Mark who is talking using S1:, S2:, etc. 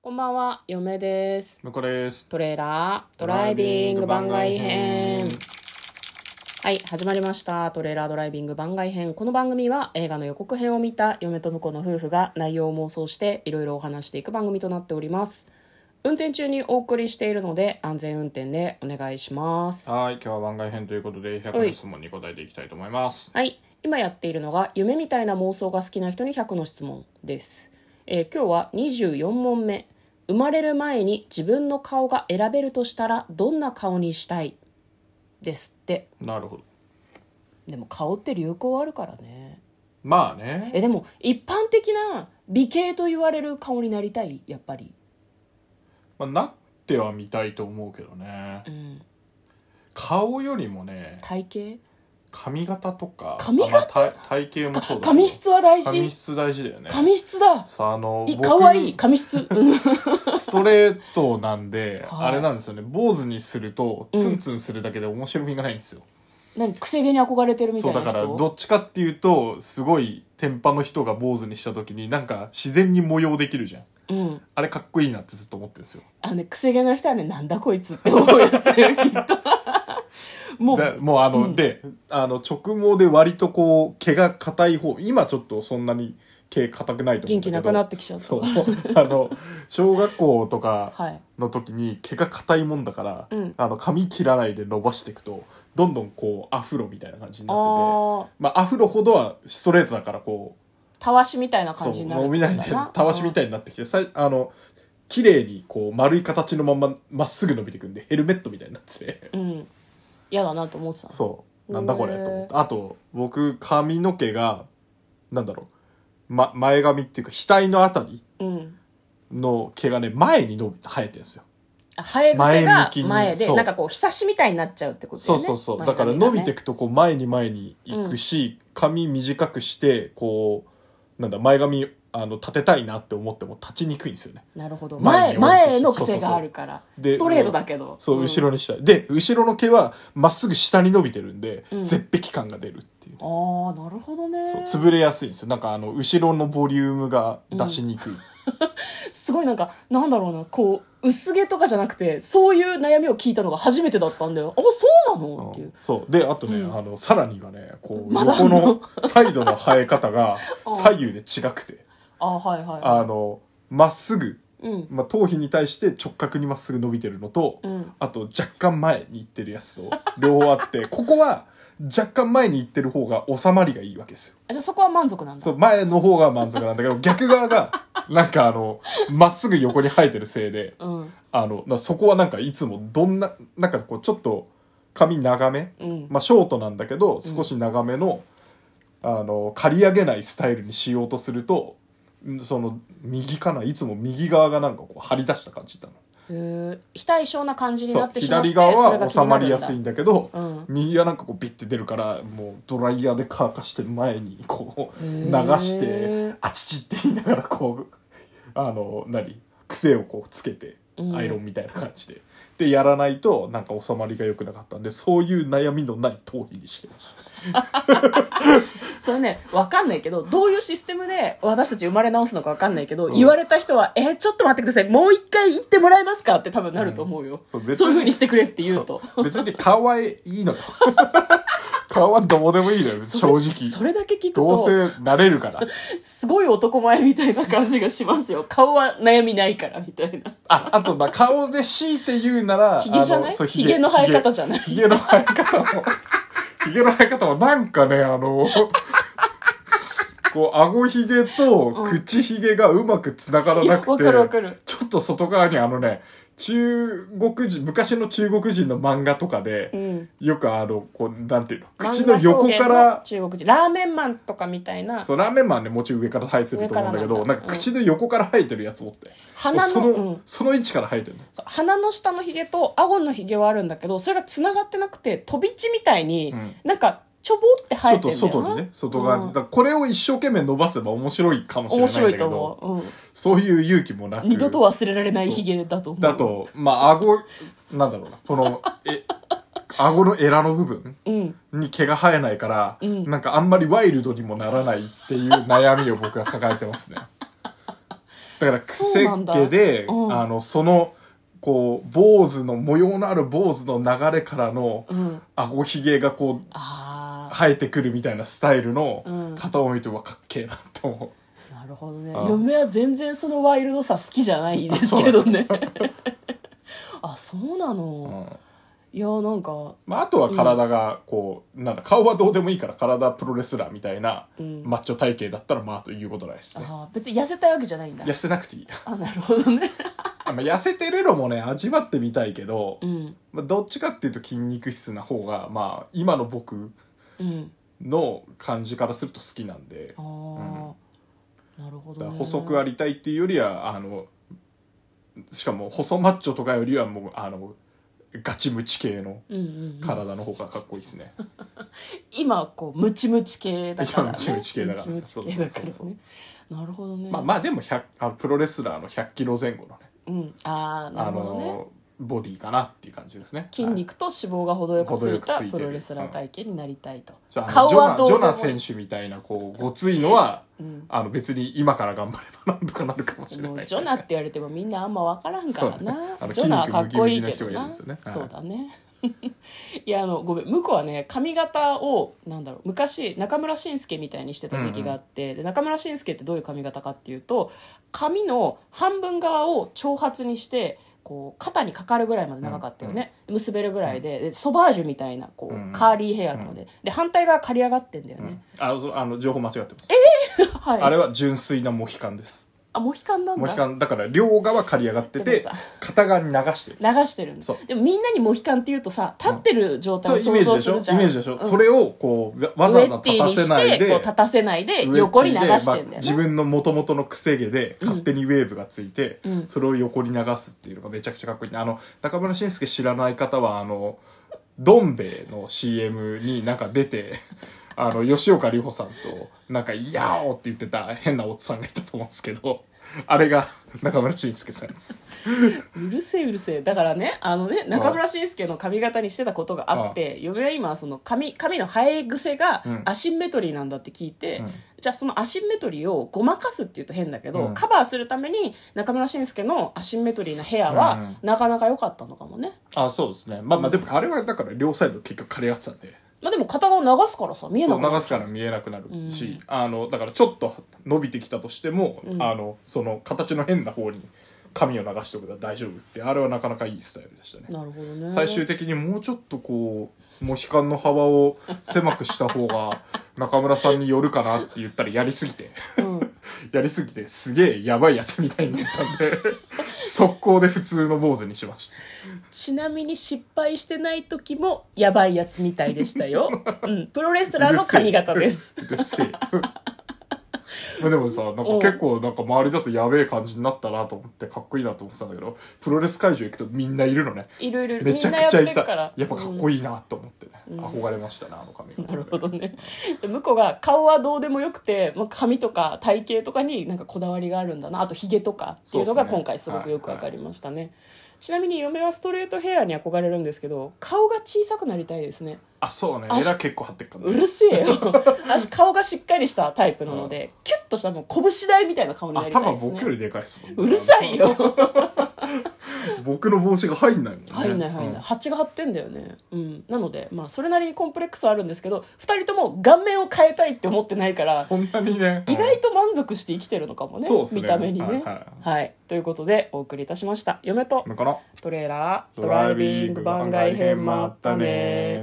S1: こんばんは、嫁です。
S2: 向こうです。
S1: トレーラードライビング番外編。はい、始まりました。トレーラードライビング番外編。この番組は映画の予告編を見た嫁と婿の夫婦が内容を妄想していろいろお話していく番組となっております。運転中にお送りしているので安全運転でお願いします。
S2: はい、今日は番外編ということで、100
S1: お
S2: の
S1: い
S2: 質問に答えていきたいと思います。
S1: はい今やっているのが夢みたいな妄想が好きな人に100の質問です、えー今日は24問目生まれる前に自分の顔が選べるとしたらどんな顔にしたいですって
S2: なるほど。
S1: でも顔って流行あるからね
S2: まあね。
S1: えでも一般的な美形と言われる顔になりたいやっぱり
S2: まあ、なってはみたいと思うけどね
S1: う。ん
S2: 顔よりもね、
S1: 体型
S2: 髪型とか、
S1: 髪型
S2: あまあ体体型もそうだけど
S1: 髪質は大
S2: 髪
S1: 事
S2: 質大事だよね。
S1: 髪質だ
S2: さあ、あの、
S1: い
S2: 僕
S1: かわいい髪質うん
S2: ストレートなんで、
S1: はい
S2: あれなんですよね。坊主にすると、
S1: うん
S2: ツンツンするだけで面白みがないんですよ。
S1: 何くせ毛に憧れてるみた
S2: そ
S1: いうな
S2: だ
S1: 人
S2: からどっちかっていうとすごい天パの人が坊主にした時になんか自然に模様できるじゃん
S1: うん
S2: あれかっこいいなってずっと思ってるんですよ
S1: あのね、くせ毛の人はね、なんだこいつって思うやつよ、 きっと。も
S2: だ
S1: う、
S2: もうあの、であの直毛で割とこう毛が硬い方今ちょっとそんなに毛硬くないと思
S1: 元気
S2: うんだけど
S1: なくなってきちゃった。
S2: そうあの小学校とか
S1: はい。
S2: の時に毛が硬いもんだから、
S1: うん
S2: あの髪切らないで伸ばしていくとどんどんこうアフロみたいな感じに
S1: あ
S2: なってて
S1: ー、
S2: まあアフロほどはストレートだからこう
S1: たわしみたいな
S2: そ
S1: 感
S2: う、
S1: じになる
S2: もうみたいな
S1: ってことだ
S2: やつ、たわしみ
S1: い。
S2: たいになってきて、さいあの、綺麗にこう丸い形のまんままっすぐ伸びてくんで、ヘルメットみたいになってて。
S1: うん。嫌だなと思ってた。
S2: そう。なんだこ
S1: へ
S2: れ
S1: ー
S2: と思って。あと、僕、髪の毛が、なんだろう、ま、前髪っていうか、額のあたり
S1: うん。
S2: の毛がね、前に伸びて生えてるんですよ。
S1: あ生え癖
S2: 前
S1: が
S2: 向きに
S1: 前で、
S2: そう
S1: なんかこう、ひさしみたいになっちゃうってことだ
S2: そ
S1: よ
S2: う
S1: ね。
S2: そうそう。
S1: 前
S2: だ
S1: 髪
S2: か
S1: がね
S2: ら伸びていくと、こう、前に前に行くし、髪短くして、こう、なんだ、前髪、あの、立てたいなって思っても立ちにくいんですよね。
S1: なるほど。前、
S2: 前に
S1: 前の
S2: そうそう
S1: 癖
S2: そう
S1: があるから。
S2: で
S1: ストレートだけど。
S2: そう、
S1: ん
S2: 後ろにしたい。で、後ろの毛は、まっすぐ下に伸びてるんで、
S1: うん
S2: 絶壁感が出るっていう。
S1: ああ、なるほどね。
S2: そう、潰れやすいんですよ。なんか、あの、後ろのボリュームが出しにくい。
S1: すごいなんか、なんだろうな、こう、薄毛とかじゃなくて、そういう悩みを聞いたのが初めてだったんだよ。あ、そうな
S2: うん
S1: のっていう。
S2: そう。で、あとね、
S1: うん
S2: あの、さらにはね、こう、
S1: まだあん
S2: 横
S1: の
S2: のサイドの生え方が
S1: うん
S2: 左右で違くて、
S1: あ、はいはい。
S2: あの、まっすぐ、
S1: うん。
S2: まあ、頭皮に対して直角にまっすぐ伸びてるのと、
S1: うん。
S2: あと、若干前に行ってるやつと、両方あって、ここは、若干前に行ってる方が収まりがいいわけですよ。
S1: あじゃあそこは満足なんだ。
S2: そう、前の方が満足なんだけど、 逆側が、なんかあの、まっすぐ横に生えてるせいで、
S1: うん。
S2: あの、なそこはなんかいつもどんな、なんかこう、ちょっと、髪長め、
S1: うん。
S2: まあ、ショートなんだけど、少し長めの、あの、刈り上げないスタイルにしようとすると、んその、右かな、いつも右側がなんかこう、張り出した感じだな。
S1: へー非対称な感じに
S2: そ
S1: な
S2: う
S1: っ、てしまって
S2: 左側
S1: それが気に
S2: は収
S1: な
S2: ま
S1: るん
S2: り
S1: だ
S2: やすいんだけど、
S1: うん。
S2: 右はなんかこうビッて出るからもうドライヤーで乾かして前にこう
S1: へ
S2: 流
S1: ー
S2: してあちちって言いながらこうあの何癖をこうつけて
S1: うん
S2: アイロンみたいな感じで、でやらないとなんか収まりが良くなかったんでそういう悩みのない頭皮にしてました
S1: それね、わかんないけど、どういうシステムで私たち生まれ直すのかわかんないけど、
S2: うん
S1: 言われた人は、えーちょっと待ってください。もう一回行ってもらえますかって多分なると思うよ。
S2: そう別に
S1: そういう風にしてくれって言うと。
S2: そう別に顔はいいのよ 顔はどうでもいいのよ正
S1: それ
S2: 直
S1: それだけ聞くと。
S2: どうせ慣れるから
S1: すごい男前みたいな感じがします よ。顔は悩みないから、みたいな。
S2: あ、あと、まあ、顔で強いて言うなら、
S1: ひげじゃない
S2: あのそう
S1: ひげの生え方じゃない
S2: ひげひげの生え方も、ひげの生え方もなんかね、あの、こう、顎ひげと口ひげがうまくつながらなくて、
S1: いやわかるわかる
S2: ちょっと外側にあのね、中国人、昔の中国人の漫画とかで、
S1: うん。
S2: よくあの、こう、なんていうの、口の横か
S1: 漫画表
S2: ら、
S1: 現の中国人。ラーメンマンとかみたいな、
S2: そう、ラーメンマンね、もちろん上から生えてると思うんだけど、
S1: 上か
S2: な
S1: ら
S2: ん
S1: なんだ
S2: か口の横から生えてるやつおって。
S1: 鼻の
S2: その、
S1: うん
S2: その位置から生えてるの。
S1: そう鼻の下のヒゲと顎のヒゲはあるんだけど、それが繋がってなくて、飛び地みたいに、
S2: うん
S1: なんか、ちょぼって
S2: ち
S1: 生
S2: ょ
S1: え
S2: ってと
S1: るんだよな。
S2: 外にね、外側に。
S1: うん
S2: だからこれを一生懸命伸ばせば面白いかもしれな
S1: 面
S2: いん
S1: 白
S2: だ
S1: い
S2: け
S1: と
S2: ど、
S1: 思
S2: そういう勇気もな
S1: う。う
S2: く。
S1: ん。二度と忘れられないヒゲだと思う。
S2: だ。と、まあ、顎、なんだろうな、この、 え、顎のエラの部分
S1: うん。
S2: に毛が生えないから、
S1: うん
S2: なんかあんまりワイルドにもならないっていう悩みを僕は抱えてますね。だから
S1: そう
S2: 癖っ
S1: なんだ
S2: 気で、
S1: うん
S2: あのそのこう坊主の模様のある坊主の流れからの
S1: うん、
S2: 顎ひげがこう
S1: あ
S2: 生えてくるみたいなスタイルの
S1: うん
S2: 方を見て、うわかっけえなって思う
S1: あなるほどね
S2: うん
S1: 嫁は全然そのワイルドさ好きじゃないですけどね あそうな
S2: う
S1: の、
S2: ん
S1: いやなんか
S2: まあ、あとは体がこう、なんだ顔はどうでもいいから体プロレスラーみたいな
S1: うん
S2: マッチョ体型だったらまあということないですね、
S1: あー別に痩せたいわけじゃないんだ
S2: 痩せなくていい
S1: あなるほど ね
S2: あまあ痩せてるのもね味わってみたいけど、
S1: うん
S2: まあ、どっちかっていうと筋肉質な方がまあ今の僕
S1: うん
S2: の感じからすると好きなんで
S1: ああ、なるほど、
S2: だから
S1: ね、
S2: 細くありたいっていうよりはあのしかも細マッチョとかよりはもうあのガチムチ系の
S1: うんうんうん、
S2: 体の方がかっこいいですね、
S1: 今こうムチムチ系だから、ね、
S2: 今ムチムチ系だから
S1: ムチムチ系だから
S2: そうそうそうそう
S1: ねなるほどね
S2: まあまあでも100あのプロレスラーの100キロ前後のね
S1: うん、ああな
S2: あ
S1: るほどね
S2: のボディかなっていう感じですね
S1: 筋
S2: はい
S1: 肉と脂肪が程よくついた
S2: 程よくついてる
S1: プロレスラー体型になりたいと、
S2: じゃああの
S1: 顔はどう
S2: ジ
S1: で
S2: ョ
S1: もい
S2: ナ
S1: い
S2: ジョナ選手みたいなこうごついのは
S1: うん、
S2: あの別に今から頑張ればなんとかなるかもしれ
S1: も
S2: な
S1: う
S2: い
S1: ジョナって言われてもみんなあんま分からんからな、
S2: そうねあの
S1: ジョナはかっこいいけ
S2: 筋
S1: ど
S2: 肉ムキムキの人がいる
S1: な、
S2: んですよねはい
S1: そうだね いやあのごめん向こうはね髪型をなんだろう昔中村慎介みたいにしてた時期があって、で中村慎介ってどういう髪型かっていうと髪の半分側を長髪にしてこう肩にかかるぐらいまで長かったよね、結べるぐらいででソバージュみたいなこう、
S2: うん
S1: カーリーヘアなので,、で反対側刈り上がってんだよ
S2: う
S1: ね
S2: ん、あそうあの情報間違ってます
S1: はい
S2: あれは純粋なモヒカンです
S1: あモヒカンなんだ
S2: モヒカンだから両側刈り上がってて
S1: でもさ
S2: 片側に流してる
S1: 流してるんで
S2: そう
S1: でもみんなにモヒカンっていうとさ立ってる状態
S2: そ
S1: を
S2: う
S1: 想
S2: イメージ
S1: 像
S2: ですしょ
S1: るじゃん
S2: イメージでしょ、そ
S1: を
S2: れをこうわわざわざ立たせないで
S1: こう立たせないで
S2: ウェッティで
S1: 横に流してん
S2: ま
S1: だ
S2: あ
S1: よ
S2: 自
S1: ね、
S2: 分のもともとのくせ毛で勝手にウェーブがついて、
S1: うん
S2: それを横に流すっていうのがめちゃくちゃかっこいいあの中村俊輔知らない方はあのどん兵衛の CM になんか出て あの吉岡里帆さんとなんか「いやお!」って言ってた変なおっさんがいたと思うんですけどあれが中村俊輔さんです
S1: うるせえうるせえだからねあのね中村慎介の髪型にしてたことがあって嫁は今その髪髪の生え癖が
S2: うん
S1: アシンメトリーなんだって聞いて、
S2: うん
S1: じゃあそのアシンメトリーをごまかすっていうと変だけど、
S2: うん
S1: カバーするために中村慎介のアシンメトリーなヘア
S2: うんう
S1: は
S2: ん
S1: なかなか良かったのかもね
S2: あそうですねまあまあでもあれはだから両サイド結局刈り合ってたんで
S1: まあでも片側流すからさ見えなく
S2: そう
S1: な
S2: 流
S1: る
S2: す
S1: じゃ
S2: か
S1: ん
S2: ら見えなくなるし、
S1: うん
S2: あのだからちょっと伸びてきたとしても、
S1: うん
S2: あのその形の変な方に髪を流しておけば大丈夫ってあれはなかなかいいスタイルでしたね、
S1: なるほどね
S2: 最終的にもうちょっとこうモヒカンの幅を狭くした 方が中村さんによるかなって言ったらやりすぎて
S1: うん
S2: やりすぎてすげえやばいやつみたいになったんで速攻で普通の坊主にしました
S1: ちなみに失敗してない時もやばいやつみたいでした よ。うん、プロレスラーの髪型です。
S2: うるせえ。 まあでもさ、なんか結構なんか周りだとやべえ感じになったなと思ってかっこいいなと思ってたんだけど、プロレス会場行くとみんないるのね。
S1: いろいろ
S2: め
S1: み
S2: ち
S1: ん
S2: ゃ
S1: なや
S2: く
S1: っ
S2: ちゃ
S1: て
S2: い
S1: る
S2: た。
S1: から。
S2: やっぱかっこいいなと思ってね。憧れましたね、あの髪型。
S1: なるほどね。で向こうが顔はどうでもよくて、まあ、髪とか体型とかになんかこだわりがあるんだな。あとヒゲとかっていうのが
S2: そうっすね
S1: 今回すごくよくわかりましたね。ちなみに嫁はストレートヘアに憧れるんですけど、顔が小さくなりたいですね。
S2: あ、そうね。
S1: あ
S2: エラ結構張ってっから
S1: う
S2: ね。
S1: るせえ よ。私顔がしっかりしたタイプなので、キュッとしたもう拳台みたいな顔になりたい
S2: 頭
S1: ですね。
S2: 僕よりでかいっすもんね
S1: うるさいよ。
S2: 僕の帽子が入んないもんね
S1: 入んない入んない、蜂が張ってんだよねうんなのでまあそれなりにコンプレックスはあるんですけど2人とも顔面を変えたいって思ってないか
S2: うん
S1: ら
S2: そんなにね
S1: 意外と満足して生きてるのかもね
S2: そうっすね
S1: 見た目にね
S2: は
S1: はいい、ということでお送りいたしました嫁と
S2: うんのかな
S1: トレーラード
S2: ド
S1: ライビング番外編もあったね